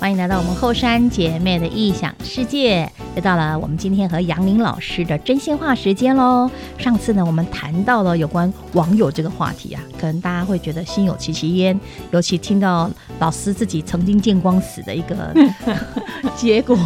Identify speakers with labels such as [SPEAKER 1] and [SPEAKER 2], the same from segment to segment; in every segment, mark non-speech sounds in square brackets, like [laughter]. [SPEAKER 1] 欢迎来到我们后山姐妹的异想世界，又到了我们今天和杨林老师的真心话时间喽。上次呢，我们谈到了有关网友这个话题啊，可能大家会觉得心有戚戚焉，尤其听到老师自己曾经见光死的一个结果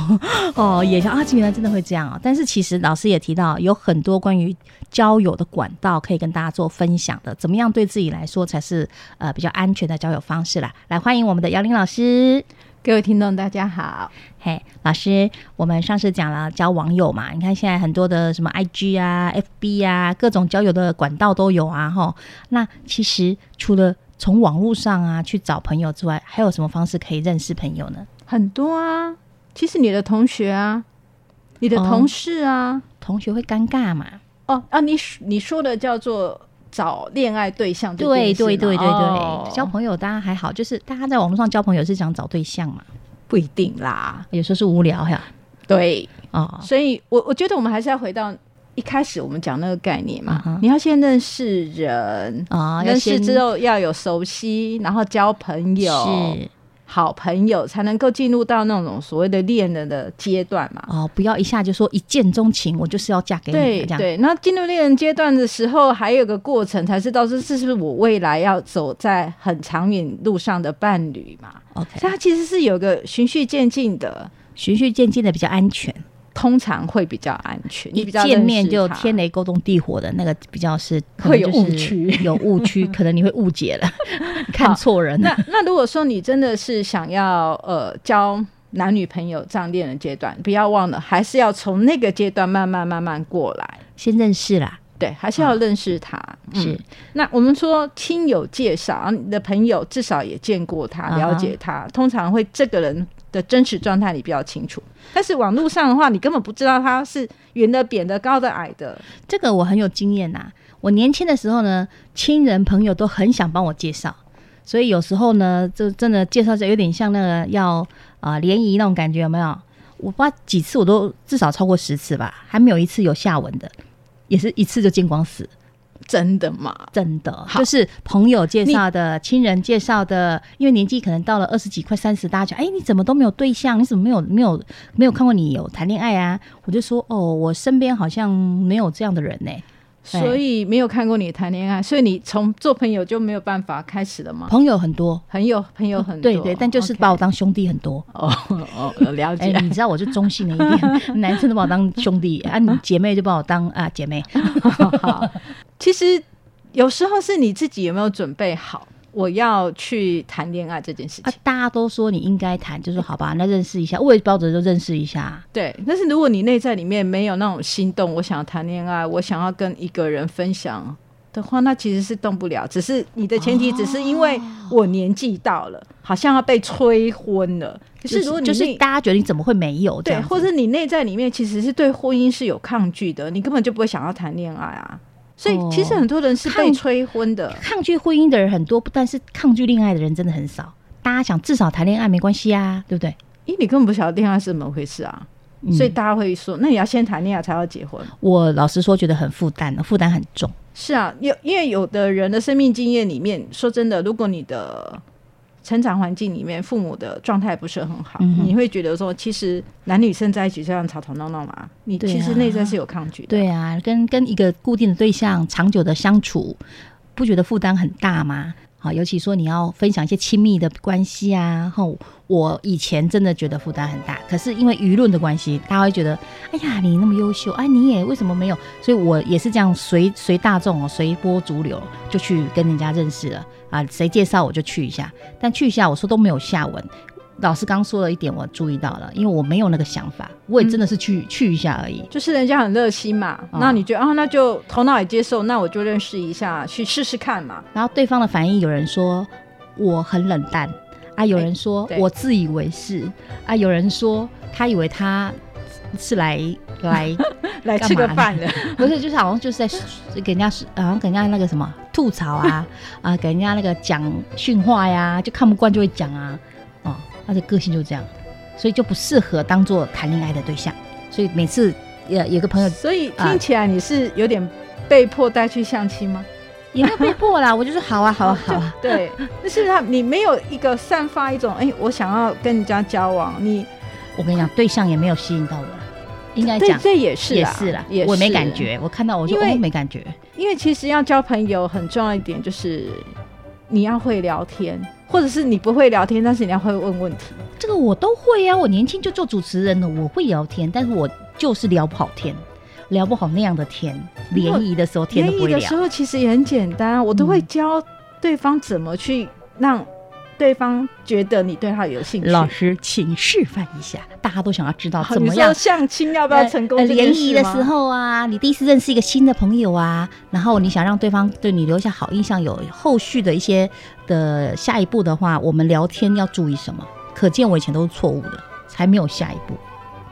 [SPEAKER 1] 哦，也想啊，原来真的会这样哦。但是其实老师也提到，有很多关于交友的管道可以跟大家做分享的，怎么样对自己来说才是呃比较安全的交友方式啦。来，欢迎我们的杨林老师。
[SPEAKER 2] 各位听众，大家好。
[SPEAKER 1] 嘿，老师，我们上次讲了交网友嘛，你看现在很多的什么 IG 啊、FB 啊，各种交友的管道都有啊，吼。那其实除了从网络上啊去找朋友之外，还有什么方式可以认识朋友呢？
[SPEAKER 2] 很多啊，其实你的同学啊，你的
[SPEAKER 1] 哦
[SPEAKER 2] 同事啊，
[SPEAKER 1] 同学会尴尬嘛？
[SPEAKER 2] 哦啊，你你说的叫做找恋爱对象这
[SPEAKER 1] 对
[SPEAKER 2] 件事吗，
[SPEAKER 1] 对对对对，
[SPEAKER 2] 哦
[SPEAKER 1] 交朋友当然还好，就是大家在网络上交朋友是想找对象嘛，
[SPEAKER 2] 不一定啦。
[SPEAKER 1] 有时候是无聊呀，
[SPEAKER 2] 对，
[SPEAKER 1] 哦，
[SPEAKER 2] 所以我我觉得我们还是要回到一开始我们讲那个概念嘛，
[SPEAKER 1] 嗯哼
[SPEAKER 2] 你要先认识人。
[SPEAKER 1] 啊、要
[SPEAKER 2] 认识
[SPEAKER 1] 先
[SPEAKER 2] 之后哦要有熟悉，然后交朋友，
[SPEAKER 1] 是
[SPEAKER 2] 好朋友才能够进入到那种所谓的恋人的阶段嘛。
[SPEAKER 1] 哦，不要一下就说一见钟情，我就是要嫁给你
[SPEAKER 2] 对
[SPEAKER 1] 的这样。
[SPEAKER 2] 对，那进入恋人阶段的时候，还有个过程才知道这这是不是我未来要走在很长远路上的伴侣嘛？
[SPEAKER 1] OK，
[SPEAKER 2] 所以它其实是有个循序渐进的，
[SPEAKER 1] 循序渐进的比较安全。
[SPEAKER 2] 通常会比较安全。你
[SPEAKER 1] 一
[SPEAKER 2] 比较
[SPEAKER 1] 见
[SPEAKER 2] 认识
[SPEAKER 1] 面就
[SPEAKER 2] 他
[SPEAKER 1] 天雷勾动地火的那个比较是可
[SPEAKER 2] 会
[SPEAKER 1] 能
[SPEAKER 2] 有误
[SPEAKER 1] 就是
[SPEAKER 2] 区
[SPEAKER 1] [laughs] 有误
[SPEAKER 2] [laughs]
[SPEAKER 1] 区可能你会误解了，你看
[SPEAKER 2] 好
[SPEAKER 1] 错人了。
[SPEAKER 2] 那 [laughs] 那如果说你真的是想要呃交男女朋友这样恋人阶段，不要忘了还是要从那个阶段慢慢慢慢过来。
[SPEAKER 1] 先认识啦，
[SPEAKER 2] 对，还是要认识他。嗯
[SPEAKER 1] 是
[SPEAKER 2] 那我们说亲友介绍，啊你的朋友至少也见过
[SPEAKER 1] 啊
[SPEAKER 2] 他，
[SPEAKER 1] 哈
[SPEAKER 2] 了解他，通常会这个人的真实状态你比较清楚。但是网络上的话，你根本不知道他是圆的、扁的、高的、矮的。
[SPEAKER 1] 这个我很有经验呐、我年轻的时候呢，亲人朋友都很想帮我介绍，所以有时候呢，就真的介绍着有点像那个要啊联谊那种感觉，有没有？我不知道几次我都至少超过十次吧，还没有一次有下文的，也是一次就见光死。
[SPEAKER 2] 真的吗？
[SPEAKER 1] 真的，
[SPEAKER 2] 好
[SPEAKER 1] 就是朋友介绍的、亲人介绍的，因为年纪可能到了二十几、快三十，大家讲，哎，你怎么都没有对象？你怎么没有没有没有看过你有谈恋爱啊？我就说，哦，我身边好像没有这样的人呢、对
[SPEAKER 2] 所以没有看过你谈恋爱，所以你从做朋友就没有办法开始了吗？
[SPEAKER 1] 朋友很多，
[SPEAKER 2] 朋友，朋友哦很多，
[SPEAKER 1] 对对，但就是把我当兄弟很多。
[SPEAKER 2] 哦 [laughs] 哦，了
[SPEAKER 1] 哎、
[SPEAKER 2] 解。
[SPEAKER 1] 你知道我就中性了一点， [laughs] 男生都把我当兄弟啊，你姐妹就把我当啊姐妹。
[SPEAKER 2] 好，其实有时候是你自己有没有准备好，我要去谈恋爱这件事情。
[SPEAKER 1] 啊，大家都说你应该谈，就说好吧，那认识一下，我也抱着就认识一下。
[SPEAKER 2] 对，但是如果你内在里面没有那种心动，我想要谈恋爱，我想要跟一个人分享的话，那其实是动不了。只是你的前提，只是因为我年纪到了，好像要被催婚了。可是如果你
[SPEAKER 1] 就是
[SPEAKER 2] 内
[SPEAKER 1] 大家觉得你怎么会没有这
[SPEAKER 2] 对，
[SPEAKER 1] 样子？
[SPEAKER 2] 或者你内在里面其实是对婚姻是有抗拒的，你根本就不会想要谈恋爱啊。所以其实
[SPEAKER 1] 哦
[SPEAKER 2] 很多人是被
[SPEAKER 1] 抗
[SPEAKER 2] 催婚的。
[SPEAKER 1] 抗拒婚姻的人很多，但是抗拒恋爱的人真的很少。大家想至少谈恋爱没关系啊，对不对？
[SPEAKER 2] 咦，你根本不晓得恋爱是怎么回事啊！
[SPEAKER 1] 嗯
[SPEAKER 2] 所以大家会说，那你要先谈恋爱才要结婚。
[SPEAKER 1] 我老实说，觉得很负担，负担很重。
[SPEAKER 2] 是啊，有因为有的人的生命经验里面，说真的，如果你的成长环境里面父母的状态不是很好，
[SPEAKER 1] 嗯哼
[SPEAKER 2] 你会觉得说，其实男女生在一起就像吵吵闹闹嘛，你
[SPEAKER 1] 对啊
[SPEAKER 2] 其实内在是有抗拒的。
[SPEAKER 1] 对啊，跟跟一个固定的对象长久的相处，不觉得负担很大吗？好，尤其说你要分享一些亲密的关系啊，吼，我以前真的觉得负担很大，可是因为舆论的关系，大家会觉得，哎呀，你那么优秀，哎，你也为什么没有？所以我也是这样随随大众哦，随波逐流就去跟人家认识了啊，谁介绍我就去一下，但去一下我说都没有下文。老师刚说了一点，我注意到了，因为我没有那个想法，我也真的是去、去一下而已。
[SPEAKER 2] 就是人家很热心嘛，
[SPEAKER 1] 哦
[SPEAKER 2] 那你觉得啊，那就头脑也接受，那我就认识一下，去试试看嘛。
[SPEAKER 1] 然后对方的反应，有人说我很冷淡啊，有人说
[SPEAKER 2] 对
[SPEAKER 1] 我自以为是啊，有人说他以为他是来
[SPEAKER 2] [laughs]
[SPEAKER 1] 来，
[SPEAKER 2] 来
[SPEAKER 1] 干
[SPEAKER 2] 吃个
[SPEAKER 1] 嘛呢 [laughs]
[SPEAKER 2] 饭的，
[SPEAKER 1] 不是就是好像就是在给人家好像给人家那个什么吐槽
[SPEAKER 2] [laughs]
[SPEAKER 1] 啊啊，给人家那个讲训话呀，就看不惯就会讲啊哦，他的个性就这样，所以就不适合当做谈恋爱的对象，所以每
[SPEAKER 2] [laughs]
[SPEAKER 1] 次。呃，有个朋友
[SPEAKER 2] 所以
[SPEAKER 1] 啊
[SPEAKER 2] 听起来你是有点被迫带去相亲吗？
[SPEAKER 1] 也没有被迫啦，我就是好啊，好啊，好啊，
[SPEAKER 2] 对，但是他你没有一个散发一种，哎、我想要跟人家交往，你
[SPEAKER 1] 我跟你讲，对象也没有吸引到我了，应该
[SPEAKER 2] 对
[SPEAKER 1] 哎讲
[SPEAKER 2] 这也是
[SPEAKER 1] 也
[SPEAKER 2] 啊
[SPEAKER 1] 是啦，
[SPEAKER 2] 也
[SPEAKER 1] 我没
[SPEAKER 2] 是
[SPEAKER 1] 感，觉，我看到我就
[SPEAKER 2] 因为
[SPEAKER 1] 哦没感觉，
[SPEAKER 2] 因为其实要交朋友很重要一点就是你要会聊天，或者是你不会聊天，但是你要会问问题。
[SPEAKER 1] 这个我都会啊，我年轻就做主持人了，我会聊天，但是我就是聊不好天，聊不好那样的天，
[SPEAKER 2] 没有
[SPEAKER 1] 联谊的时候天都
[SPEAKER 2] 联
[SPEAKER 1] 不
[SPEAKER 2] 谊
[SPEAKER 1] 会
[SPEAKER 2] 的时
[SPEAKER 1] 聊，
[SPEAKER 2] 候其实也很简单啊，我都会教对方怎么去让对方觉得你对他有兴趣。
[SPEAKER 1] 老师请示范一下，大家都想要知道
[SPEAKER 2] 好
[SPEAKER 1] 怎
[SPEAKER 2] 你
[SPEAKER 1] 么
[SPEAKER 2] 说
[SPEAKER 1] 样。
[SPEAKER 2] 相亲要不要成功
[SPEAKER 1] 呃
[SPEAKER 2] 这
[SPEAKER 1] 呃
[SPEAKER 2] 件事吗？
[SPEAKER 1] 联谊的时候啊，你第一次认识一个新的朋友啊，然后你想让对方对你留下好印象，有后续的一些的下一步的话，我们聊天要注意什么？可见我以前都是错误的，才没有下一步，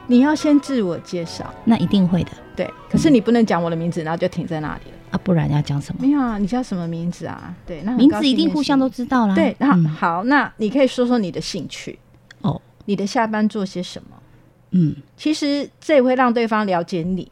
[SPEAKER 2] 你要先自我介绍，
[SPEAKER 1] 那一定会的
[SPEAKER 2] 对。可是你不能讲我的名字，然后就停在那里了。
[SPEAKER 1] 啊，不然要讲什么？
[SPEAKER 2] 没有啊，你叫什么名字啊？对，那很
[SPEAKER 1] 名
[SPEAKER 2] 高
[SPEAKER 1] 字
[SPEAKER 2] 兴
[SPEAKER 1] 一定
[SPEAKER 2] 认识
[SPEAKER 1] 互相都
[SPEAKER 2] 你
[SPEAKER 1] 知道啦。啊
[SPEAKER 2] 对。那、
[SPEAKER 1] 嗯
[SPEAKER 2] 好，那你可以说说你的兴趣
[SPEAKER 1] 哦，
[SPEAKER 2] 你的下班做些什么？
[SPEAKER 1] 嗯，
[SPEAKER 2] 其实这也会让对方了解你，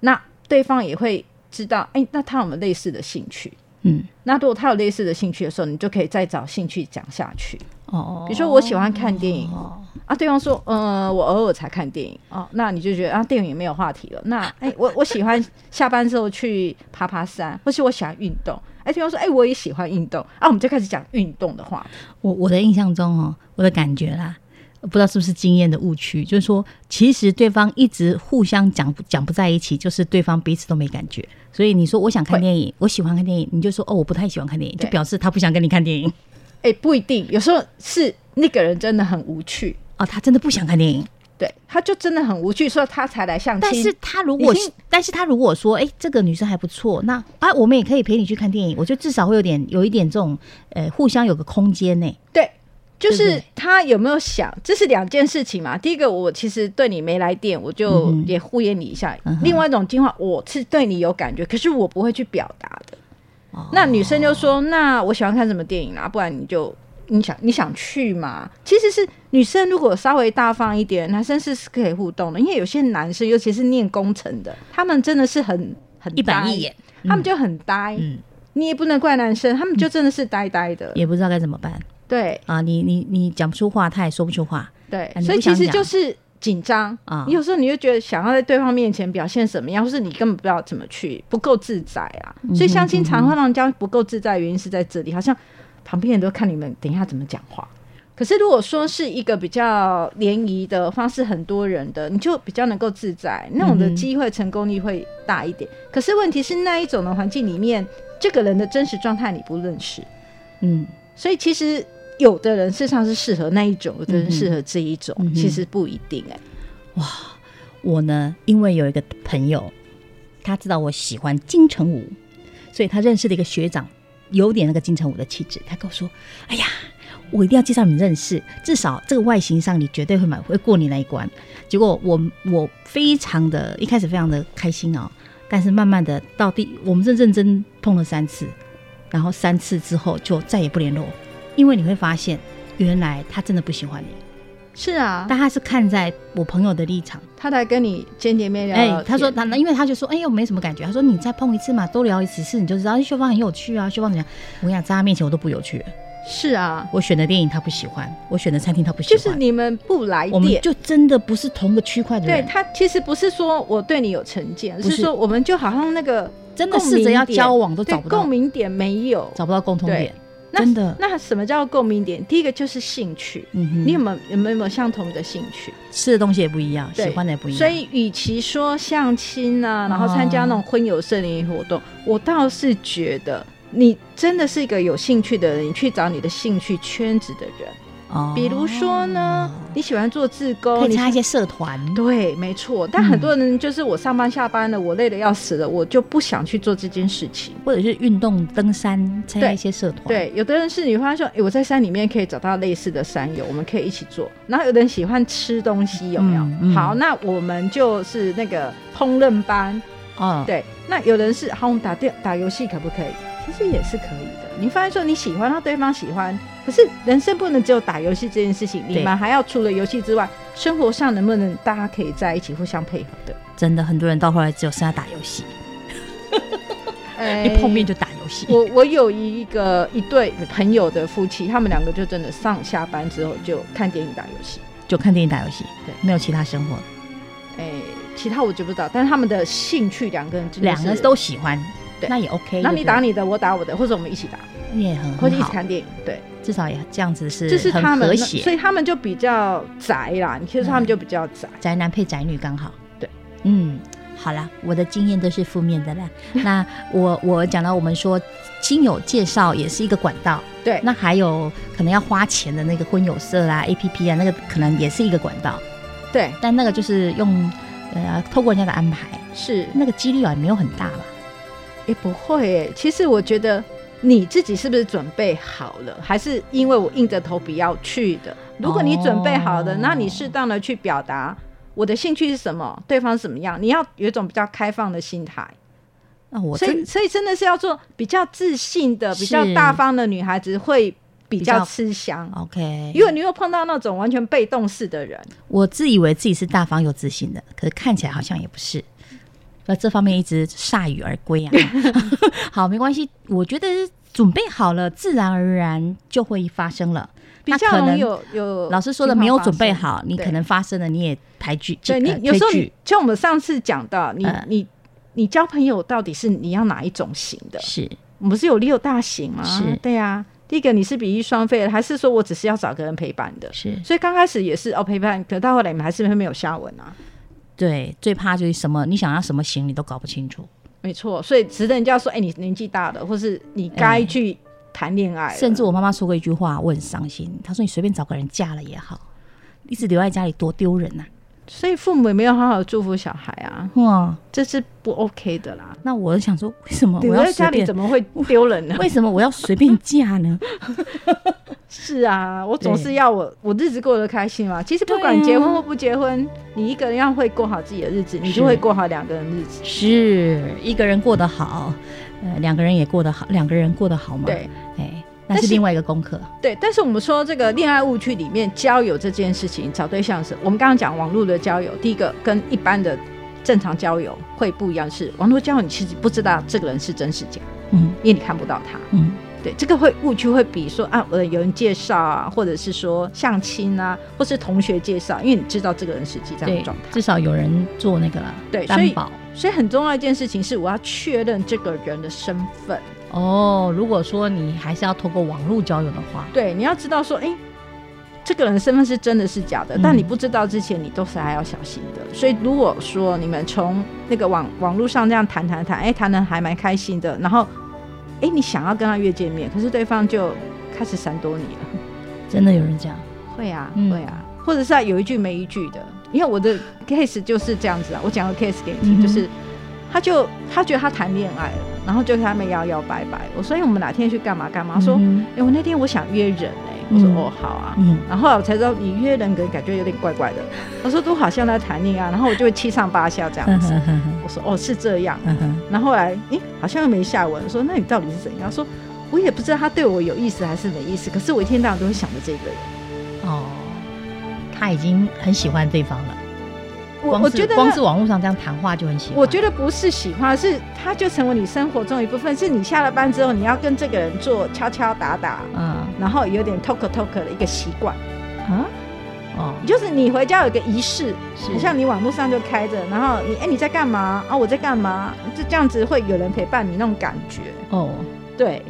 [SPEAKER 2] 那对方也会知道，哎、那他有没有类似的兴趣？
[SPEAKER 1] 嗯，
[SPEAKER 2] 那如果他有类似的兴趣的时候，你就可以再找兴趣讲下去。
[SPEAKER 1] 哦，
[SPEAKER 2] 比如说，我喜欢看电影、
[SPEAKER 1] 哦
[SPEAKER 2] 啊，对方说，呃，我偶尔才看电影哦，那你就觉得啊，电影没有话题了。那哎、我我喜欢下班之后去爬爬山，或是我喜欢运动。哎、对方说，哎、我也喜欢运动啊，我们就开始讲运动的话题。
[SPEAKER 1] 我我的印象中哦，我的感觉啦，不知道是不是经验的误区，就是说，其实对方一直互相讲不讲不在一起，就是对方彼此都没感觉。所以你说我想看
[SPEAKER 2] 会
[SPEAKER 1] 电影，我喜欢看电影，你就说哦，我不太喜欢看电影，
[SPEAKER 2] 对
[SPEAKER 1] 就表示他不想跟你看电影
[SPEAKER 2] 哎、不一定，有时候是那个人真的很无趣，
[SPEAKER 1] 哦，他真的不想看电影。
[SPEAKER 2] 对，他就真的很无趣，所以他才来相亲。
[SPEAKER 1] 但是他如果
[SPEAKER 2] 已经，
[SPEAKER 1] 但是他如果说，哎、这个女生还不错，那啊，我们也可以陪你去看电影，我就至少会有点有一点这种，呃，互相有个空间呢、
[SPEAKER 2] 对，
[SPEAKER 1] 对
[SPEAKER 2] 就
[SPEAKER 1] 不
[SPEAKER 2] 是
[SPEAKER 1] 对
[SPEAKER 2] 他有没有想，这是两件事情嘛。第一个，我其实对你没来电，我
[SPEAKER 1] 嗯
[SPEAKER 2] 就
[SPEAKER 1] 哼
[SPEAKER 2] 也敷衍你一下；
[SPEAKER 1] 嗯哼
[SPEAKER 2] 另外一种情况，我是对你有感觉，可是我不会去表达的。
[SPEAKER 1] 哦
[SPEAKER 2] 那女生就说：“那我喜欢看什么电影啊？不然你就你想你想去嘛？”其实是女生如果稍微大方一点，男生是是可以互动的，因为有些男生，尤其是念工程的，他们真的是很很
[SPEAKER 1] 一板
[SPEAKER 2] 呆
[SPEAKER 1] 一眼，
[SPEAKER 2] 他们就很呆。
[SPEAKER 1] 嗯，
[SPEAKER 2] 你也不能怪男生，他们就真的是呆呆的。
[SPEAKER 1] 也不知道该怎么办
[SPEAKER 2] 对，
[SPEAKER 1] 啊，你你你讲不出话，他也说不出话，
[SPEAKER 2] 对
[SPEAKER 1] 啊，你
[SPEAKER 2] 所以
[SPEAKER 1] 不想
[SPEAKER 2] 其实
[SPEAKER 1] 讲
[SPEAKER 2] 就是紧张
[SPEAKER 1] 啊
[SPEAKER 2] 你有时候你就觉得想要在对方面前表现什么样，或是你根本不知道怎么去，不够自在啊。
[SPEAKER 1] 嗯
[SPEAKER 2] 所以相亲常会让人家不够自在，原因是在这里，好像旁边人都看你们等一下怎么讲话。可是如果说是一个比较联谊的方式，很多人的，你就比较能够自在，那种的
[SPEAKER 1] 嗯哼
[SPEAKER 2] 机会成功率会大一点。可是问题是那一种的环境里面，这个人的真实状态你不认识，
[SPEAKER 1] 嗯。
[SPEAKER 2] 所以其实有的人事实上是适合那一种，有
[SPEAKER 1] 嗯
[SPEAKER 2] 的人
[SPEAKER 1] 哼
[SPEAKER 2] 适合这一种，
[SPEAKER 1] 嗯哼
[SPEAKER 2] 其实不一定哎、
[SPEAKER 1] 我呢，因为有一个朋友，他知道我喜欢金城武，所以他认识了一个学长，有点那个金城武的气质。他跟我说：“哎呀，我一定要介绍你认识，至少这个外形上你绝对会买，会过你那一关。”结果我我非常的一开始非常的开心哦，但是慢慢的到第我们是认真碰了三次，然后三次之后就再也不联络，因为你会发现原来他真的不喜欢你，
[SPEAKER 2] 是啊，
[SPEAKER 1] 但他是看在我朋友的立场。
[SPEAKER 2] 他来跟你见见面聊
[SPEAKER 1] 哎、
[SPEAKER 2] 聊天
[SPEAKER 1] 他说他，因为他就说，哎、呦，没什么感觉。他说你再碰一次嘛，多聊一次次你就知道，哎秀芳很有趣啊，秀芳怎样？我跟你讲，在他面前我都不有趣了。
[SPEAKER 2] 是啊，
[SPEAKER 1] 我选的电影他不喜欢，我选的餐厅他不喜
[SPEAKER 2] 就
[SPEAKER 1] 欢，
[SPEAKER 2] 是你们不来
[SPEAKER 1] 我们
[SPEAKER 2] 电。
[SPEAKER 1] 就真的不是同个区块的
[SPEAKER 2] 对
[SPEAKER 1] 人，
[SPEAKER 2] 他其实不是说我对你有成见，
[SPEAKER 1] 不是
[SPEAKER 2] 是说我们就好像那个
[SPEAKER 1] 真的试着要
[SPEAKER 2] 共鸣点
[SPEAKER 1] 交往都
[SPEAKER 2] 对
[SPEAKER 1] 找不
[SPEAKER 2] 共
[SPEAKER 1] 到，
[SPEAKER 2] 鸣点没有。
[SPEAKER 1] 找不到共通
[SPEAKER 2] 对
[SPEAKER 1] 点，
[SPEAKER 2] 那
[SPEAKER 1] 真的。
[SPEAKER 2] 那什么叫共鸣点？第一个就是兴趣，
[SPEAKER 1] 嗯哼，
[SPEAKER 2] 你有没有有没有相同的兴趣？
[SPEAKER 1] 吃的东西也不一样，
[SPEAKER 2] 对
[SPEAKER 1] 喜欢的也不一样，
[SPEAKER 2] 所以，与其说相亲啊，然后参加那种婚友社联谊活动，我倒是觉得你真的是一个有兴趣的人，你去找你的兴趣圈子的人。
[SPEAKER 1] 哦
[SPEAKER 2] 比如说呢，你喜欢做志
[SPEAKER 1] 可
[SPEAKER 2] 工，
[SPEAKER 1] 以
[SPEAKER 2] 你
[SPEAKER 1] 参加一嗯些社团，
[SPEAKER 2] 对，没错。但很多人就是我上班下班了，我累得要死了，我就不想去做这件事情。
[SPEAKER 1] 或者是运动、登山，参加
[SPEAKER 2] 对
[SPEAKER 1] 一些社团，，
[SPEAKER 2] 对，有的人是你发现说，诶哎我在山里面可以找到类似的山友，我们可以一起做。然后有的人喜欢吃东西，有没有？
[SPEAKER 1] 嗯嗯
[SPEAKER 2] 好，那我们就是那个烹饪班，
[SPEAKER 1] 哦，
[SPEAKER 2] 对，那有人是好，我们打电打游戏可不可以？其实也是可以的。你发现说你喜欢，让对方喜欢，可是人生不能只有打游戏这件事情，
[SPEAKER 1] 对
[SPEAKER 2] 你们还要除了游戏之外，生活上能不能大家可以在一起互相配合的？
[SPEAKER 1] 真的很多人到后来只有剩下打游戏，
[SPEAKER 2] 哎
[SPEAKER 1] 一碰面就打游游戏。
[SPEAKER 2] 我我有一个一对朋友的夫妻，他们两个就真的上下班之后就看电影打游戏。
[SPEAKER 1] 就看电影、打游戏，
[SPEAKER 2] 对
[SPEAKER 1] 没有其他生活，
[SPEAKER 2] 哎、其他我就不知道，但是他们的兴趣两个人真的
[SPEAKER 1] 两
[SPEAKER 2] 是
[SPEAKER 1] 个都喜欢，
[SPEAKER 2] 对
[SPEAKER 1] 那也 OK 对不对。
[SPEAKER 2] 那你打你的，我打我的，或者我们一起打，
[SPEAKER 1] 也很
[SPEAKER 2] 或
[SPEAKER 1] 很
[SPEAKER 2] 者一起
[SPEAKER 1] 好，
[SPEAKER 2] 看电影，对，
[SPEAKER 1] 至少也这样子是
[SPEAKER 2] 这是
[SPEAKER 1] 很
[SPEAKER 2] 他们
[SPEAKER 1] 和
[SPEAKER 2] 那，
[SPEAKER 1] 谐嗯
[SPEAKER 2] 所。以他们就比较宅啦。你可以说他们就比较宅，
[SPEAKER 1] 宅男配宅女刚好。
[SPEAKER 2] 对，
[SPEAKER 1] 嗯，好啦，我的经验都是负面的
[SPEAKER 2] [laughs]
[SPEAKER 1] 啦。那我我讲到我们说亲友介绍也是一个管道，
[SPEAKER 2] 对，
[SPEAKER 1] 那还有可能要花钱的那个婚友社啦、APP 啊，那个可能也是一个管道，
[SPEAKER 2] 对
[SPEAKER 1] 但那个就是用呃透过人家的安排，
[SPEAKER 2] 是，
[SPEAKER 1] 那个几率啊也没有很大吧。
[SPEAKER 2] 也不会耶。其实我觉得你自己是不是准备好了，还是因为我硬着头皮要去的？如果你准备好的，
[SPEAKER 1] 哦
[SPEAKER 2] 那你适当的去表达我的兴趣是什么，对方是怎么样，你要有一种比较开放的心态。
[SPEAKER 1] 那啊我
[SPEAKER 2] 所
[SPEAKER 1] 这
[SPEAKER 2] 以，所以真的是要做比较自信的、
[SPEAKER 1] 是
[SPEAKER 2] 比较大方的女孩子会
[SPEAKER 1] 比
[SPEAKER 2] 比
[SPEAKER 1] 较哎
[SPEAKER 2] 较吃香。
[SPEAKER 1] OK，
[SPEAKER 2] 因为你又碰到那种完全被动式的人，
[SPEAKER 1] 我自以为自己是大方又自信的，可是看起来好像也不是。那这方面一直铩羽而归啊。 [laughs] 好，没关系，我觉得准备好了，自然而然就会发生了。
[SPEAKER 2] 比
[SPEAKER 1] 那
[SPEAKER 2] 较
[SPEAKER 1] 可
[SPEAKER 2] 容易
[SPEAKER 1] 能
[SPEAKER 2] 有有
[SPEAKER 1] 老师说的没有准备
[SPEAKER 2] 情况
[SPEAKER 1] 好，你
[SPEAKER 2] 对
[SPEAKER 1] 可能发生了，你也排拒。
[SPEAKER 2] 发生。对
[SPEAKER 1] 呃
[SPEAKER 2] 你有时候
[SPEAKER 1] 推
[SPEAKER 2] 你
[SPEAKER 1] 拒
[SPEAKER 2] 像我们上次讲到，你
[SPEAKER 1] 嗯
[SPEAKER 2] 你你交朋友到底是你要哪一种型的？
[SPEAKER 1] 是
[SPEAKER 2] 我们不是有六大型吗
[SPEAKER 1] 是？
[SPEAKER 2] 对啊，第一个你是比翼双飞的，还是说我只是要找个人陪伴的？
[SPEAKER 1] 是，
[SPEAKER 2] 所以刚开始也是哦陪伴，可到后来你们还是会没有下文啊。
[SPEAKER 1] 对，最怕就是什么，你想要什么型你都搞不清楚，
[SPEAKER 2] 没错，所以值得人家说，哎、你年纪大了，或是你该
[SPEAKER 1] 哎
[SPEAKER 2] 去谈恋爱了、
[SPEAKER 1] 甚至我妈妈说过一句话，我很伤心，她说你随便找个人嫁了也好，一直留在家里多丢人啊呐、
[SPEAKER 2] 所以父母也没有好好祝福小孩啊，
[SPEAKER 1] 哇，
[SPEAKER 2] 这是不 OK 的啦。
[SPEAKER 1] 那我想说，为什么
[SPEAKER 2] 留
[SPEAKER 1] 我要
[SPEAKER 2] 在
[SPEAKER 1] 随
[SPEAKER 2] 家里
[SPEAKER 1] 便
[SPEAKER 2] 怎么会丢
[SPEAKER 1] [laughs]
[SPEAKER 2] 人呢？
[SPEAKER 1] 为什么我要随便嫁呢？
[SPEAKER 2] 是啊，我总
[SPEAKER 1] 对
[SPEAKER 2] 是要我我日子过得开心嘛。其实不管
[SPEAKER 1] 对啊
[SPEAKER 2] 结婚或不结婚，你一个人要会过好自己的日子，你
[SPEAKER 1] 是
[SPEAKER 2] 就会过好两个人日子。
[SPEAKER 1] 是一个人过得好，呃，两个人也过得好，两个人过得好吗？，
[SPEAKER 2] 对
[SPEAKER 1] 哎，那
[SPEAKER 2] 但
[SPEAKER 1] 是
[SPEAKER 2] 是
[SPEAKER 1] 另外一个功课。
[SPEAKER 2] 对，但是我们说这个恋爱误区里面，交友这件事情，找对象是，我们刚刚讲网络的交友，第一个跟一般的正常交友会不一样是，网络交友你其实不知道这个人是真是假，
[SPEAKER 1] 嗯
[SPEAKER 2] 因为你看不到他。
[SPEAKER 1] 嗯，
[SPEAKER 2] 对，这个会误区会比说啊，呃，有人介绍啊，或者是说相亲啊，或是同学介绍，因为你知道这个人实际上的
[SPEAKER 1] 对
[SPEAKER 2] 状，态。
[SPEAKER 1] 至少有人做那个了，
[SPEAKER 2] 对所
[SPEAKER 1] 担
[SPEAKER 2] 以
[SPEAKER 1] 保。
[SPEAKER 2] 所以很重要一件事情是，我要确认这个人的身份。
[SPEAKER 1] 哦，如果说你还是要透过网络交友的话，
[SPEAKER 2] 对，你要知道说，哎、这个人的身份是真的是假的，但
[SPEAKER 1] 嗯
[SPEAKER 2] 你不知道之前，你都是还要小心的。所以如果说你们从那个网网络上这样谈谈谈，哎、谈的还蛮开心的，然后，哎、你想要跟他约见面，可是对方就开始闪躲你了。
[SPEAKER 1] 真的有人这样。
[SPEAKER 2] 会啊，
[SPEAKER 1] 嗯
[SPEAKER 2] 会啊，或者是啊有一句没一句的，因为我的 case 就是这样子啊，我讲个 case 给你
[SPEAKER 1] 嗯哼
[SPEAKER 2] 听，就是他就他觉得他谈恋爱了，然后就跟他们摇摇摆摆，我说哎我们哪天去干嘛干嘛，他说哎、
[SPEAKER 1] 嗯
[SPEAKER 2] 我那天我想约人哎、我说
[SPEAKER 1] 嗯
[SPEAKER 2] 哦好啊。
[SPEAKER 1] 嗯，
[SPEAKER 2] 然后后来我才知道，你约人给感觉有点怪怪的。我说都好像在谈恋爱，啊然后我就会七上八下这样
[SPEAKER 1] 嗯
[SPEAKER 2] 子。
[SPEAKER 1] 哼哼哼
[SPEAKER 2] 我说哦是这样，
[SPEAKER 1] 嗯哼
[SPEAKER 2] 然后后来诶好像又没下文。我说那你到底是怎样？他说我也不知道他对我有意思还是没意思，可是我一天到晚都会想着这个人。
[SPEAKER 1] [laughs] 哦，他已经很喜欢对方了。
[SPEAKER 2] 我
[SPEAKER 1] 光
[SPEAKER 2] 我
[SPEAKER 1] 是
[SPEAKER 2] 觉得
[SPEAKER 1] 光
[SPEAKER 2] 那
[SPEAKER 1] 是网络上这样谈话就很喜欢。
[SPEAKER 2] 我觉得不是喜欢，是它就成为你生活中一部分。是你下了班之后，你要跟这个人做敲敲打打，
[SPEAKER 1] 嗯
[SPEAKER 2] 然后有点 talk talk 的一个习惯，
[SPEAKER 1] 啊，哦，
[SPEAKER 2] 就是你回家有一个仪式，
[SPEAKER 1] 是
[SPEAKER 2] 好像你网络上就开着，然后你哎、你在干嘛啊我在干嘛，就这样子会有人陪伴你那种感觉。
[SPEAKER 1] 哦，
[SPEAKER 2] 对，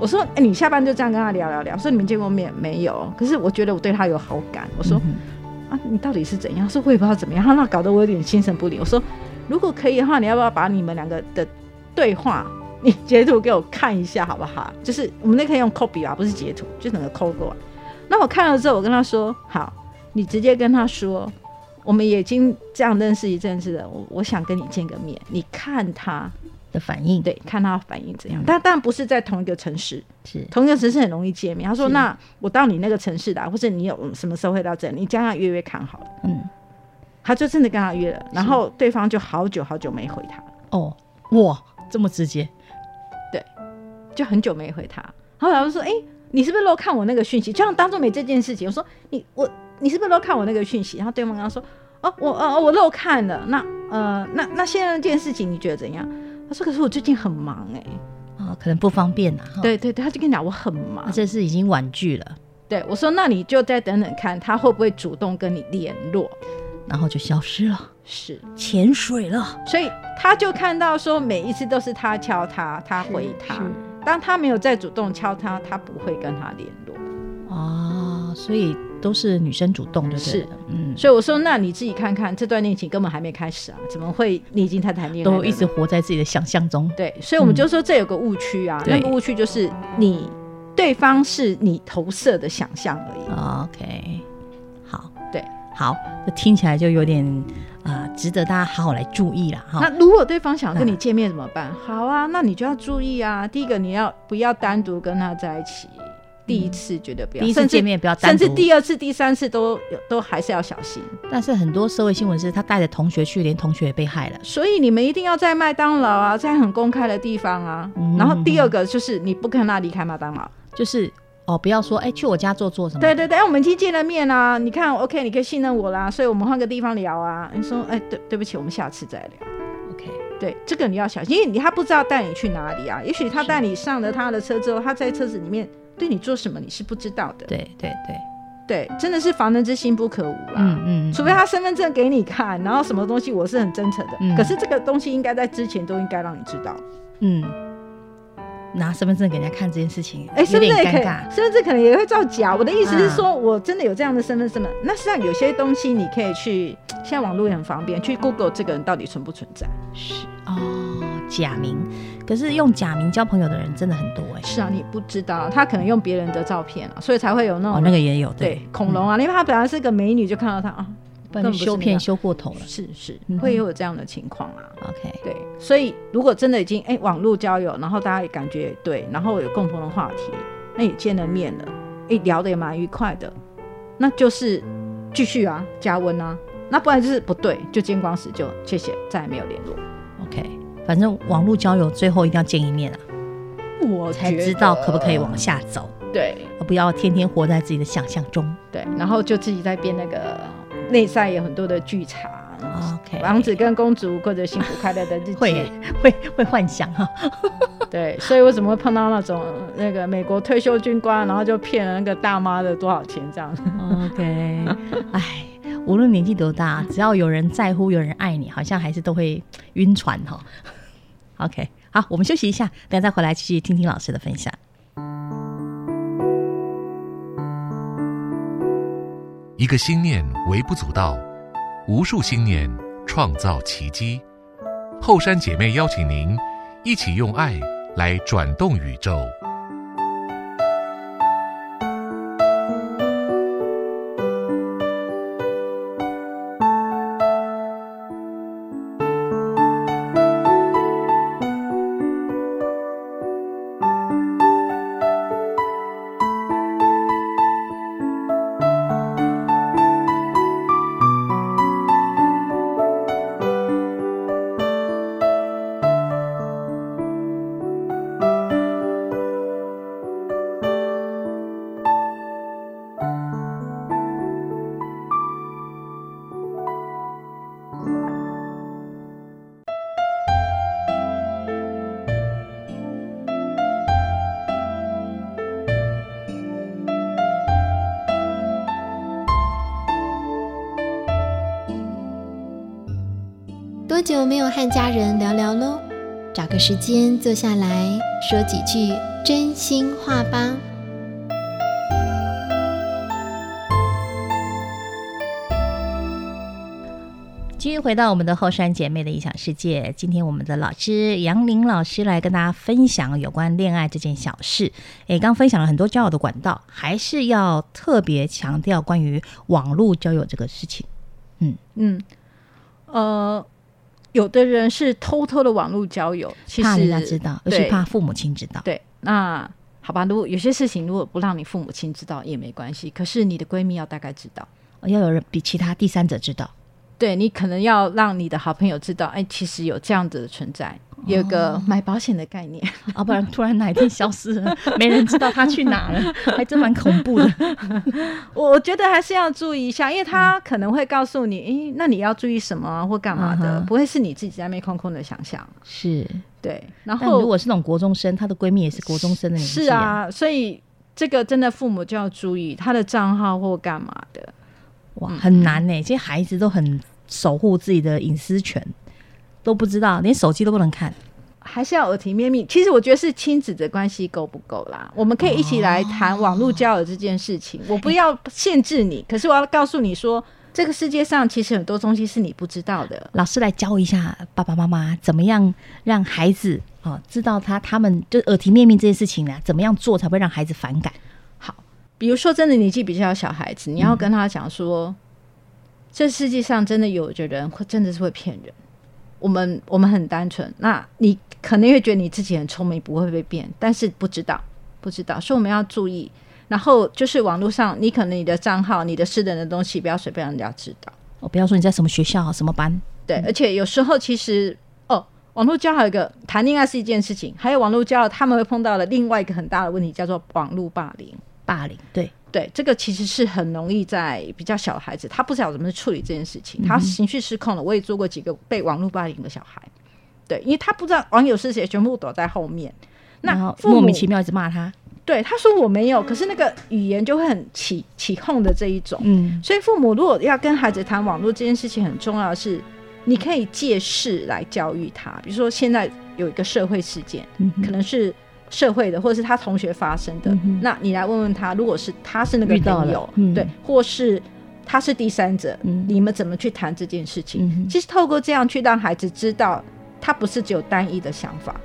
[SPEAKER 2] 我说哎、你下班就这样跟他聊聊聊，说你们见过面没有？可是我觉得我对他有好感，我说、
[SPEAKER 1] 嗯
[SPEAKER 2] 啊，你到底是怎样？他说我也不知道怎么样，他那搞得我有点心神不宁。我说，如果可以的话，你要不要把你们两个的对话你截图给我看一下，好不好？ [laughs] 就是我们那可以用 copy 吧，不是截图，就整个抠过来。那我看了之后，我跟他说，好，你直接跟他说，我们已经这样认识一阵子了，我我想跟你见个面，你看他，
[SPEAKER 1] 哼的反应
[SPEAKER 2] 对，看他反应怎样。但但不是在同一个城市，
[SPEAKER 1] 是
[SPEAKER 2] 同一个城市很容易见面。他说，
[SPEAKER 1] 是
[SPEAKER 2] 那我到你那个城市来，或者你有嗯什么时候会到这里，你将来约约看好了。
[SPEAKER 1] 嗯
[SPEAKER 2] 他就真的跟他约了，然后对方就好久好久没回他，
[SPEAKER 1] 哦哇这么直接
[SPEAKER 2] 就很久没回他。后来我就说：“哎、你是不是漏看我那个讯息？”就像当做没这件事情。我说：“你我你是不是漏看我那个讯息？”然后对方跟他说：“哦，我哦哦我漏看了。那呃那那现在那件事情你觉得怎样？”他说：“可是我最近很忙哎、
[SPEAKER 1] 啊、哦，可能不方便呐、哈，
[SPEAKER 2] 对对对，他就跟你讲我很忙
[SPEAKER 1] 那，这是已经婉拒了，
[SPEAKER 2] 对我说那你就再等等看他会不会主动跟你联络。
[SPEAKER 1] 然后就消失了，
[SPEAKER 2] 是，
[SPEAKER 1] 潜水了，
[SPEAKER 2] 所以他就看到说每一次都是他敲他，他回他
[SPEAKER 1] 是。
[SPEAKER 2] 当他没有再主动敲他，他不会跟他联络。
[SPEAKER 1] 哦，所以都是女生主动，对不对？
[SPEAKER 2] 是，
[SPEAKER 1] 嗯，
[SPEAKER 2] 所以我说，那你自己看看，这段恋情根本还没开始啊，怎么会你已经在谈恋爱了呢？
[SPEAKER 1] 都一直活在自己的想象中，
[SPEAKER 2] 对，所以我们就说这有个误区啊，
[SPEAKER 1] 嗯对
[SPEAKER 2] 那个误区就是你对方是你投射的想象而
[SPEAKER 1] 啊
[SPEAKER 2] 已。
[SPEAKER 1] OK，好，
[SPEAKER 2] 对，
[SPEAKER 1] 好，这听起来就有点啊、呃值得大家好好来注意了哈
[SPEAKER 2] 那。如果对方想要跟你见面怎么办？好啊，那你就要注意啊。第一个，你要不要单独跟他在一起？第一次绝对不要，
[SPEAKER 1] 第一次
[SPEAKER 2] 甚至
[SPEAKER 1] 见面不要啊单
[SPEAKER 2] 甚
[SPEAKER 1] 独，
[SPEAKER 2] 至第二次、第三次都有都还是要小心。
[SPEAKER 1] 但是很多社会新闻是他带着同学去，连同学也被害了。
[SPEAKER 2] 所以你们一定要在麦当劳啊，在很公开的地方啊。
[SPEAKER 1] 嗯
[SPEAKER 2] 然后第二个就是你不跟他离开麦当劳。
[SPEAKER 1] 就是哦，不要说哎、去我家坐坐什么，
[SPEAKER 2] 对对对，哎我们已经见了面啦、你看 OK，你可以信任我啦，所以我们换个地方聊啊。你说，哎，对对不起，我们下次再聊。
[SPEAKER 1] ，OK，
[SPEAKER 2] 对，这个你要小心，因为你他不知道带你去哪里啊。也许他
[SPEAKER 1] 是
[SPEAKER 2] 带你上了他的车之后，他在车子里面对你做什么，你是不知道的。
[SPEAKER 1] 对对对，
[SPEAKER 2] 对，真的是防人之心不可无啊啦。
[SPEAKER 1] 嗯嗯，
[SPEAKER 2] 除非他身份证给你看，然后什么东西我是很真诚的，
[SPEAKER 1] 嗯
[SPEAKER 2] 可是这个东西应该在之前都应该让你知道。
[SPEAKER 1] 嗯。拿身份证给人家看这件事情，
[SPEAKER 2] 哎、
[SPEAKER 1] 有
[SPEAKER 2] 身份
[SPEAKER 1] 点
[SPEAKER 2] 证也可
[SPEAKER 1] 尴
[SPEAKER 2] 以
[SPEAKER 1] 尬，，
[SPEAKER 2] 身份证可能也会造假。我的意思是
[SPEAKER 1] 啊
[SPEAKER 2] 说，我真的有这样的身份证吗？那实际上有些东西你可以去，现在网络也很方便，去 Google 这个人到底存不存在。
[SPEAKER 1] 是哦，假名。可是用假名交朋友的人真的很多哎、
[SPEAKER 2] 是啊，你不知道，他可能用别人的照片啊，所以才会有那种、
[SPEAKER 1] 哦，那个嗯也有，嗯
[SPEAKER 2] 对恐龙啊，因为他本来是个美女，就看到他啊，
[SPEAKER 1] 不
[SPEAKER 2] 根本
[SPEAKER 1] 然
[SPEAKER 2] 不是
[SPEAKER 1] 修
[SPEAKER 2] 那
[SPEAKER 1] 片
[SPEAKER 2] 个
[SPEAKER 1] 修过头了。
[SPEAKER 2] 是是
[SPEAKER 1] 嗯，哼
[SPEAKER 2] 会有这样的情况啊。
[SPEAKER 1] OK，
[SPEAKER 2] 对，所以如果真的已经哎、网络交友，然后大家也感觉也对，然后有共同的话题，那也见了面了，哎、聊得也蛮愉快的，那就是继续啊，加温啊，那不然就是不对，就见光死就谢谢，再也没有联络。
[SPEAKER 1] OK，反正网络交友最后一定要见一面啊，
[SPEAKER 2] 我
[SPEAKER 1] 才
[SPEAKER 2] 觉
[SPEAKER 1] 知道
[SPEAKER 2] 得
[SPEAKER 1] 可不可以往下走，
[SPEAKER 2] 对
[SPEAKER 1] 而不要天天活在自己的想象中。
[SPEAKER 2] 对，然后就自己在编那个内在有很多的剧场。
[SPEAKER 1] OK，
[SPEAKER 2] 王子跟公主过着幸福快乐的日子，
[SPEAKER 1] 哦会耶会会幻想哈、
[SPEAKER 2] 对，所以为什么会碰到那种呃那个美国退休军官，然后就骗了那个大妈的多少钱这样子？
[SPEAKER 1] OK，哎，无论年纪多大，只要有人在乎，有人爱你，好像还是都会晕船哈、OK，好，我们休息一下，等一下再回来继续听听老师的分享。
[SPEAKER 3] 一个心念微不足道，无数心念创造奇迹。后山姐妹邀请您一起用爱来转动宇宙。
[SPEAKER 4] 多久没有和家人聊聊喽？找个时间坐下来说几句真心话吧。
[SPEAKER 1] 继续回到我们的后山姐妹的异想世界，今天我们的老师杨玲老师来跟大家分享有关恋爱这件小事。诶，刚分享了很多交友的管道，还是要特别强调关于网络交友这个事情。
[SPEAKER 2] 嗯，呃，有的人是偷偷的网络交友，其实
[SPEAKER 1] 怕人家知道，尤其
[SPEAKER 2] 对
[SPEAKER 1] 怕父母亲知道。
[SPEAKER 2] 对，那好吧，如果有些事情如果不让你父母亲知道也没关系，可是你的闺蜜要大概知道，
[SPEAKER 1] 要有人比其他第三者知道。
[SPEAKER 2] 对你可能要让你的好朋友知道，哎，其实有这样子的存在，有一个买保险的概念。
[SPEAKER 1] 啊，不然突然哪一天消失了，没人知道他去哪了，还真蛮恐怖的。
[SPEAKER 2] 我我觉得还是要注意一下，因为他
[SPEAKER 1] 嗯
[SPEAKER 2] 可能会告诉你，诶、那你要注意什么啊或干嘛
[SPEAKER 1] 嗯
[SPEAKER 2] 的，
[SPEAKER 1] 哼
[SPEAKER 2] 不会是你自己在那边空空的想象。
[SPEAKER 1] [laughs] 是，
[SPEAKER 2] 对，然
[SPEAKER 1] 但如
[SPEAKER 2] 后
[SPEAKER 1] 果是那种国中生，她的闺蜜也是国中生的年纪、
[SPEAKER 2] 是，啊，所以这个真的父母就要注意他的账号或干嘛的。
[SPEAKER 1] 哇，
[SPEAKER 2] 嗯
[SPEAKER 1] 很难呢、这些孩子都很守护自己的隐私权，都不知道，连手机都不能看。
[SPEAKER 2] 还是要耳提面命。其实我觉得是亲子的关系够不够啦，我们可以一起
[SPEAKER 1] 哦
[SPEAKER 2] 来谈网络交友这件事情。我不要限制你，可是我要告诉你说，这个世界上其实很多东西是你不知道的。
[SPEAKER 1] 老师来教一下爸爸妈妈怎么样让孩子哦知道他他们就耳提面命这件事情呢、怎么样做才不会让孩子反感？
[SPEAKER 2] 好，比如说真的年纪比较小孩子，你要跟他讲说，这世界上真的有的人会真的是会骗人。我们我们很单纯，那你可能会觉得你自己很聪明，不会被骗，但是不知道不知道，所以我们要注意。然后就是网络上，你可能你的账号、你的私人的东西，不要随便让人家知道。
[SPEAKER 1] 哦，不要说你在什么学校、什么班，
[SPEAKER 2] 对，而且有时候其实哦，网络交友有一个谈恋爱是一件事情，还有网络交友他们会碰到的另外一个很大的问题叫做网络霸凌。
[SPEAKER 1] 霸凌，对，
[SPEAKER 2] 对，这个其实是很容易在比较小的孩子，他不晓得怎么去处理这件事
[SPEAKER 1] 嗯
[SPEAKER 2] 情，他情绪失控了。我也做过几个被网络霸凌的小孩，对，因为他不知道网友是谁，全部躲在后面。
[SPEAKER 1] 然
[SPEAKER 2] 那
[SPEAKER 1] 后
[SPEAKER 2] 父母
[SPEAKER 1] 莫名其妙一直骂他，
[SPEAKER 2] 对他说我没有，可是那个语言就会很起起哄的这一种。
[SPEAKER 1] 嗯，
[SPEAKER 2] 所以父母如果要跟孩子谈网络这件事情，很重要的是，你可以借势来教育他。比如说现在有一个社会事件，可能是社会的，或者是他同学发生的，
[SPEAKER 1] 嗯哼
[SPEAKER 2] 那你来问问他，如果是他是那个
[SPEAKER 1] 遇到
[SPEAKER 2] 朋
[SPEAKER 1] 了
[SPEAKER 2] 友，
[SPEAKER 1] 嗯
[SPEAKER 2] 对，或是他是第三者，
[SPEAKER 1] 嗯
[SPEAKER 2] 你们怎么去谈这件事情？
[SPEAKER 1] 嗯哼
[SPEAKER 2] 其实透过这样去让孩子知道，他不是只有单一的想法，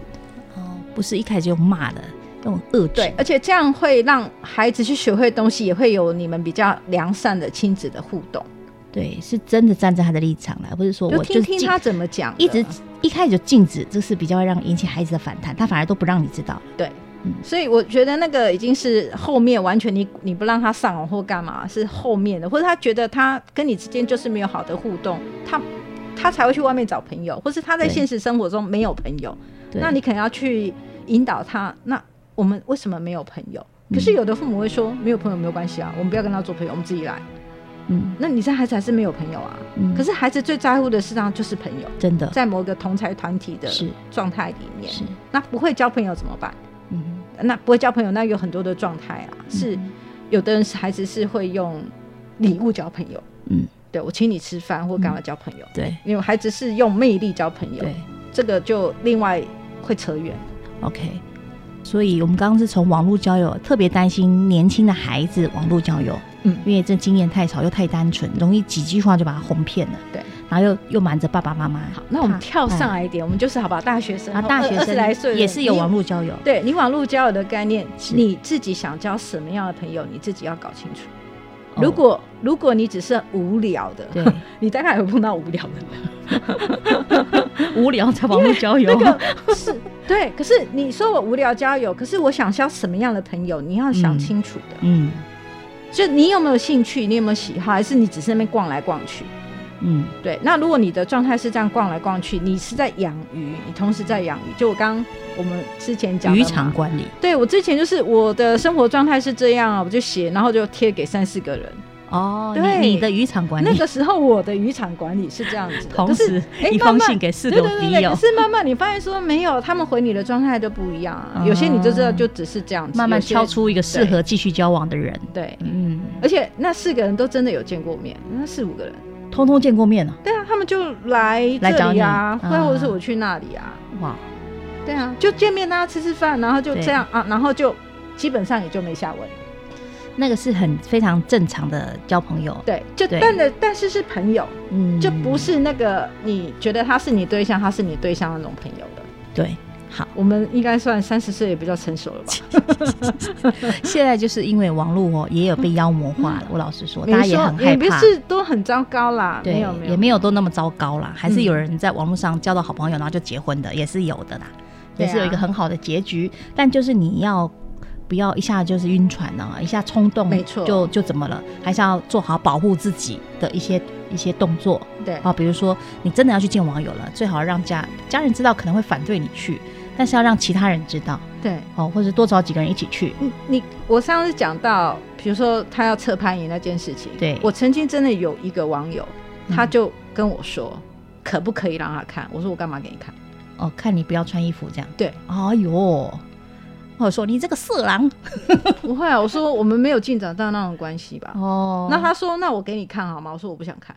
[SPEAKER 1] 哦，不是一开始就骂的，用遏制，
[SPEAKER 2] 对，而且这样会让孩子去学会东西，也会有你们比较良善的亲子的互动。
[SPEAKER 1] 对，是真的站在他的立场来，不是说
[SPEAKER 2] 就
[SPEAKER 1] 我
[SPEAKER 2] 听
[SPEAKER 1] 是
[SPEAKER 2] 听
[SPEAKER 1] 禁
[SPEAKER 2] 他怎么讲啊的，
[SPEAKER 1] 一直一开始就禁止，这是比较会让引起孩子的反弹，他反而都不让你知道。
[SPEAKER 2] 对
[SPEAKER 1] 嗯。
[SPEAKER 2] 所以我觉得那个已经是后面完全你你不让他上网或干嘛是后面的，或者他觉得他跟你之间就是没有好的互动，他他才会去外面找朋友，或是他在
[SPEAKER 1] 对
[SPEAKER 2] 现实生活中没有朋友，
[SPEAKER 1] 对，
[SPEAKER 2] 那你可能要去引导他。那我们为什么没有朋友？
[SPEAKER 1] 嗯
[SPEAKER 2] 可是有的父母会说没有朋友没有关系啊，我们不要跟他做朋友，我们自己来。
[SPEAKER 1] 嗯
[SPEAKER 2] 那你这孩子还是没有朋友啊？
[SPEAKER 1] 嗯，
[SPEAKER 2] 可是孩子最在乎的事实上就是朋友，
[SPEAKER 1] 真的
[SPEAKER 2] 在某个同才团体的
[SPEAKER 1] 是
[SPEAKER 2] 状态里面，
[SPEAKER 1] 是
[SPEAKER 2] 那不会交朋友怎么办？
[SPEAKER 1] 嗯
[SPEAKER 2] 那不会交朋友，那有很多的状态啊，是有的人是孩子是会用礼物交朋友，
[SPEAKER 1] 嗯，
[SPEAKER 2] 对我请你吃饭或干嘛交朋友，
[SPEAKER 1] 对
[SPEAKER 2] 因为孩子是用魅力交朋友，
[SPEAKER 1] 对
[SPEAKER 2] 这个就另外会扯远。
[SPEAKER 1] ，OK。所以我们刚刚是从网络交友，特别担心年轻的孩子网络交友，
[SPEAKER 2] 嗯
[SPEAKER 1] 因为这经验太少又太单纯，容易几句话就把他哄骗了。
[SPEAKER 2] 对，
[SPEAKER 1] 然后又又瞒着爸爸妈妈。好
[SPEAKER 2] 那我们跳上来一点，我们就是好吧，大学生，
[SPEAKER 1] 哎啊，大学
[SPEAKER 2] 二十来
[SPEAKER 1] 生
[SPEAKER 2] 岁
[SPEAKER 1] 也是有网
[SPEAKER 2] 络。
[SPEAKER 1] 络交友，
[SPEAKER 2] 对你网络交友的概念，
[SPEAKER 1] 是
[SPEAKER 2] 你自己想交什么样的朋友，你自己要搞清楚。
[SPEAKER 1] 哦
[SPEAKER 2] 如果如果你只是无聊的，
[SPEAKER 1] 对
[SPEAKER 2] 你大概也会碰到无聊的人。
[SPEAKER 1] 无聊在网络交
[SPEAKER 2] [laughs]
[SPEAKER 1] 友
[SPEAKER 2] 那，个是对，可是你说我无聊交友，可是我想交什么样的朋友，你要想
[SPEAKER 1] 嗯
[SPEAKER 2] 清楚的。
[SPEAKER 1] [laughs] 嗯
[SPEAKER 2] 就你有没有兴趣，你有没有喜好，还是你只是那边逛来逛去？
[SPEAKER 1] 嗯，
[SPEAKER 2] 对，那如果你的状态是这样逛来逛去，你是在养鱼，你同时在养鱼。就我刚我们之前讲的
[SPEAKER 1] 渔
[SPEAKER 2] 嘛
[SPEAKER 1] 场管理
[SPEAKER 2] 对我之前就是我的生活状态是这样啊，我就写，然后就贴给三四个人。
[SPEAKER 1] 哦，
[SPEAKER 2] 对
[SPEAKER 1] 你你的渔场 [laughs] 管理
[SPEAKER 2] 那个时候我的渔场管理是这样子的，
[SPEAKER 1] 同
[SPEAKER 2] 可是
[SPEAKER 1] 时
[SPEAKER 2] 哎
[SPEAKER 1] 一
[SPEAKER 2] 慢
[SPEAKER 1] 封
[SPEAKER 2] 慢
[SPEAKER 1] 信给四
[SPEAKER 2] 对
[SPEAKER 1] 个
[SPEAKER 2] 对
[SPEAKER 1] 笔
[SPEAKER 2] 对对，
[SPEAKER 1] 友
[SPEAKER 2] 可，是慢慢你发现说没有，他们回你的状态就不一样啊。有些你就知道就只是这样子，
[SPEAKER 1] 嗯慢慢
[SPEAKER 2] 有些
[SPEAKER 1] 挑出一个适合继续交往的人。
[SPEAKER 2] 对，
[SPEAKER 1] 嗯，
[SPEAKER 2] 而且那四个人都真的有见过面，那四五个人，
[SPEAKER 1] 通通见过面了、
[SPEAKER 2] 对啊，他们就来
[SPEAKER 1] 来
[SPEAKER 2] 这
[SPEAKER 1] 找
[SPEAKER 2] 里
[SPEAKER 1] 你
[SPEAKER 2] 啊，
[SPEAKER 1] 嗯
[SPEAKER 2] 或者是我去那里啊，
[SPEAKER 1] 哇，
[SPEAKER 2] 对啊，就见面大家吃吃饭，然后就
[SPEAKER 1] 对
[SPEAKER 2] 这样啊，然后就基本上也就没下文，
[SPEAKER 1] 那个是很非常正常的交朋友，
[SPEAKER 2] 对，就
[SPEAKER 1] 对
[SPEAKER 2] 但的但是是朋友，
[SPEAKER 1] 嗯，
[SPEAKER 2] 就不是那个你觉得他是你对象，他是你对象那种朋友的。
[SPEAKER 1] 嗯对。好，
[SPEAKER 2] 我们应该算三十岁也比较成熟了吧？
[SPEAKER 1] 现在就是因为网络哦，也有被妖魔化了。我老实说，大家
[SPEAKER 2] 嗯没
[SPEAKER 1] 也
[SPEAKER 2] 说
[SPEAKER 1] 很害
[SPEAKER 2] 也不
[SPEAKER 1] 怕，
[SPEAKER 2] 是都很糟糕啦，
[SPEAKER 1] 对
[SPEAKER 2] 没有没，有，
[SPEAKER 1] 也没有都那么糟糕啦。还是
[SPEAKER 2] 嗯
[SPEAKER 1] 有人在网络上交到好朋友，然后就结婚的，也是有的啦，
[SPEAKER 2] 对
[SPEAKER 1] 也
[SPEAKER 2] 啊
[SPEAKER 1] 是有一个很好的结局。但就是你要不要一下就是晕船啊，一下冲动，
[SPEAKER 2] 没错
[SPEAKER 1] 就就怎么了？还是要做好保护自己的一些一些动作
[SPEAKER 2] 对
[SPEAKER 1] 啊，比如说你真的要去见网友了，最好让家家人知道，可能会反对你去，但是要让其他人知道
[SPEAKER 2] 对，
[SPEAKER 1] 哦，或者多找几个人一起去，
[SPEAKER 2] 你你我上次讲到，比如说他要测攀岩那件事情，
[SPEAKER 1] 对
[SPEAKER 2] 我曾经真的有一个网友，他
[SPEAKER 1] 嗯
[SPEAKER 2] 就跟我说，可不可以让他看？我说我干嘛给你看？
[SPEAKER 1] 哦，看你不要穿衣服这样。
[SPEAKER 2] 对，
[SPEAKER 1] 哎呦，我说你这个色狼
[SPEAKER 2] 不会啊，我说我们没有进展到那种关系吧。
[SPEAKER 1] 哦
[SPEAKER 2] 那他说：“那我给你看好吗？”我说：“我不想看。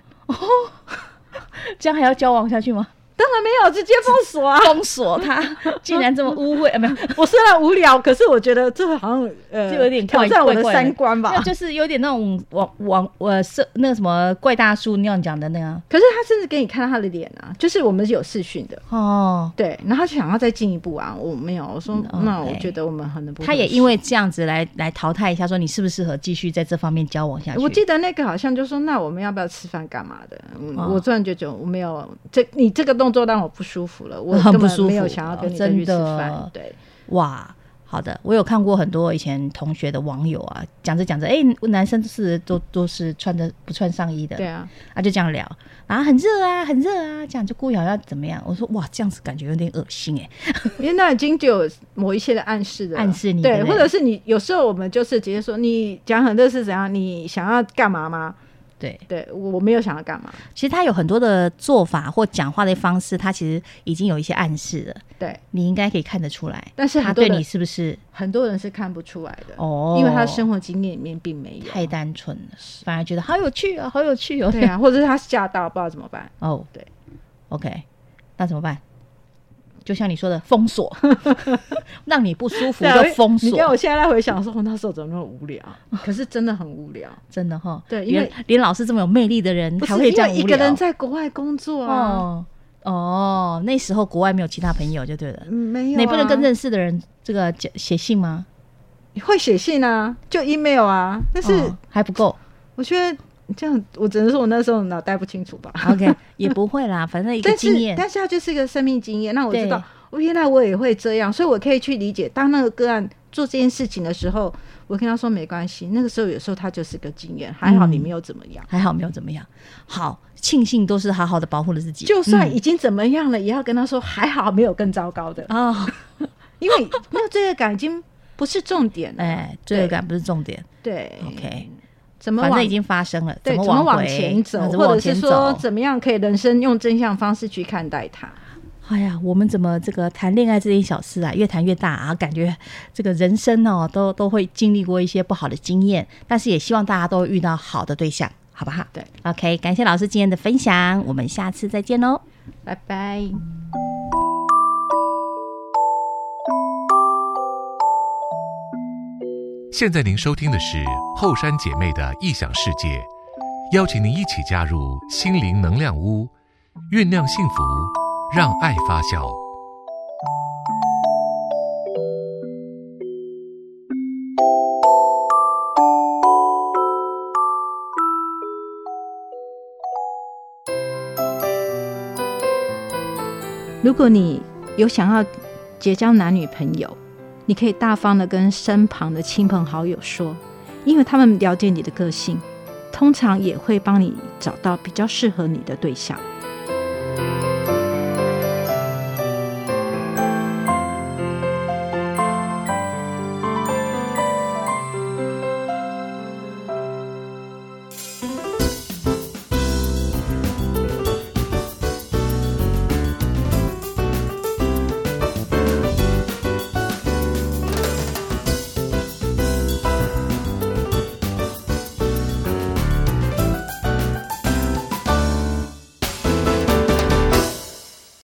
[SPEAKER 1] 这样还要交往下去吗？”
[SPEAKER 2] 当然没有，直接 [laughs] 封锁啊！
[SPEAKER 1] 封锁他， [laughs] 竟然这么污秽，呃没有，
[SPEAKER 2] 我虽然无聊，可是我觉得这好像呃，
[SPEAKER 1] 就有点
[SPEAKER 2] 挑
[SPEAKER 1] 怪
[SPEAKER 2] 战我的
[SPEAKER 1] 怪怪的
[SPEAKER 2] 三观吧
[SPEAKER 1] 那。就是有点那种网网呃是那个什么怪大叔那样讲的那样
[SPEAKER 2] 可是他甚至给你看他的脸啊，就是我们是有视讯的，
[SPEAKER 1] 哦。
[SPEAKER 2] 对。然后他就想要再进一步啊，我没有，我说、
[SPEAKER 1] 嗯
[SPEAKER 2] 那
[SPEAKER 1] ，OK
[SPEAKER 2] 我觉得我们可能不合适。
[SPEAKER 1] 他也因为这样子来来淘汰一下，说你适不适合继续在这方面交往下去。
[SPEAKER 2] 我记得那个好像就说，那我们要不要吃饭干嘛的？嗯，
[SPEAKER 1] 哦
[SPEAKER 2] 我突然就觉得我没有这，你这个动作让我不舒服
[SPEAKER 1] [laughs]
[SPEAKER 2] 了，我
[SPEAKER 1] 很
[SPEAKER 2] 根
[SPEAKER 1] 不
[SPEAKER 2] 本
[SPEAKER 1] 舒
[SPEAKER 2] 没有
[SPEAKER 1] 服
[SPEAKER 2] 想要
[SPEAKER 1] 哦
[SPEAKER 2] 跟你再
[SPEAKER 1] 真
[SPEAKER 2] 去吃
[SPEAKER 1] 的
[SPEAKER 2] 饭。对，
[SPEAKER 1] 哇，好的，我有看过很多以前同学的网友啊，讲着讲着，哎、男生是都都是穿着不穿上衣的，
[SPEAKER 2] 对啊，
[SPEAKER 1] 啊，就这样聊啊，很热啊，很热啊，这样就故意好像怎么样？我说哇，这样子感觉有点恶心哎、
[SPEAKER 2] 因为那已经就有某一些的暗示的
[SPEAKER 1] 暗示你对
[SPEAKER 2] 对，
[SPEAKER 1] 不对
[SPEAKER 2] 或者是你有时候我们就是直接说，你讲很热是怎样，啊你想要干嘛吗？
[SPEAKER 1] 对，
[SPEAKER 2] 对我我没有想要干嘛，
[SPEAKER 1] 其实他有很多的做法或讲话的方式，他其实已经有一些暗示了，
[SPEAKER 2] 对，
[SPEAKER 1] 你应该可以看得出来。
[SPEAKER 2] 但是
[SPEAKER 1] 他
[SPEAKER 2] 很多
[SPEAKER 1] 对
[SPEAKER 2] 人
[SPEAKER 1] 你是不是
[SPEAKER 2] 很多人是看不出来的，
[SPEAKER 1] 哦？
[SPEAKER 2] 因为他生活经验里面并没有。啊
[SPEAKER 1] 太单纯了，反而觉得好有趣哦，好有趣
[SPEAKER 2] [laughs]
[SPEAKER 1] 哦。
[SPEAKER 2] 对啊，或者是他吓到不知道怎么 [laughs] 办。
[SPEAKER 1] [laughs] 哦，
[SPEAKER 2] 对
[SPEAKER 1] ，OK，那怎么办？就像你说的，封
[SPEAKER 2] [laughs]
[SPEAKER 1] 锁，让你不舒服
[SPEAKER 2] 对啊
[SPEAKER 1] 就封
[SPEAKER 2] 你看我
[SPEAKER 1] 锁，
[SPEAKER 2] 现在在回想说，我那时候怎么那么无 [laughs] 聊？可是真的很无聊，
[SPEAKER 1] 真的哈。
[SPEAKER 2] 对因为
[SPEAKER 1] 连连老师这么有魅力的人，
[SPEAKER 2] 不是
[SPEAKER 1] 还会
[SPEAKER 2] 因
[SPEAKER 1] 这样
[SPEAKER 2] 为一
[SPEAKER 1] 无
[SPEAKER 2] 个
[SPEAKER 1] 聊
[SPEAKER 2] 人在国外工作啊，
[SPEAKER 1] 哦哦，那时候国外没有其他朋友就对了，
[SPEAKER 2] 嗯没有、啊，
[SPEAKER 1] 你不能跟认识的人这个写写信吗？
[SPEAKER 2] 会写信啊，就 email 啊，但是
[SPEAKER 1] 哦还不够。
[SPEAKER 2] 我觉得。这样，我只能说我那时候脑袋不清楚吧。
[SPEAKER 1] [laughs] OK，也不会啦，反正一个
[SPEAKER 2] 但
[SPEAKER 1] 经
[SPEAKER 2] 是，
[SPEAKER 1] 验。
[SPEAKER 2] 但是它就是一个生命经验，让我
[SPEAKER 1] 对
[SPEAKER 2] 知道，哦，原来我也会这样，所以我可以去理解，当那个个案做这件事情的时候，我跟他说没关系，那个时候有时候他就是个经验，还好你没有怎么样。
[SPEAKER 1] 还好没有怎么样，好，庆幸都是好好的保护了自己。
[SPEAKER 2] 就算已经怎么样了，也要跟他说还好没有更糟糕 [laughs] 的，
[SPEAKER 1] 啊、
[SPEAKER 2] 因为那个罪恶感已经不是重点了。
[SPEAKER 1] 哎，罪恶感不是重点。
[SPEAKER 2] 对
[SPEAKER 1] OK，
[SPEAKER 2] 嗯怎么
[SPEAKER 1] 反正
[SPEAKER 2] 往
[SPEAKER 1] 已经发生了，
[SPEAKER 2] 对
[SPEAKER 1] 么
[SPEAKER 2] 怎么往
[SPEAKER 1] 回啊
[SPEAKER 2] 前走，
[SPEAKER 1] 怎么
[SPEAKER 2] 或
[SPEAKER 1] 往
[SPEAKER 2] 者是
[SPEAKER 1] 前
[SPEAKER 2] 说
[SPEAKER 1] 走？
[SPEAKER 2] 怎么样可以人生用正向方式去看待它？
[SPEAKER 1] 哎呀，我们怎么这个谈恋爱这件小事啊，越谈越大啊，感觉这个人生哦，都都会经历过一些不好的经验，但是也希望大家都遇到好的对象，好不好？
[SPEAKER 2] 对
[SPEAKER 1] ，OK，感谢老师今天的分享，我们下次再见哦喽。
[SPEAKER 2] 拜拜。
[SPEAKER 3] 现在您收听的是后山姐妹的异想世界，邀请您一起加入心灵能量屋，酝酿幸福，让爱发酵。
[SPEAKER 2] 如果你有想要结交男女朋友，你可以大方的跟身旁的亲朋好友说，因为他们了解你的个性，通常也会帮你找到比较适合你的对象。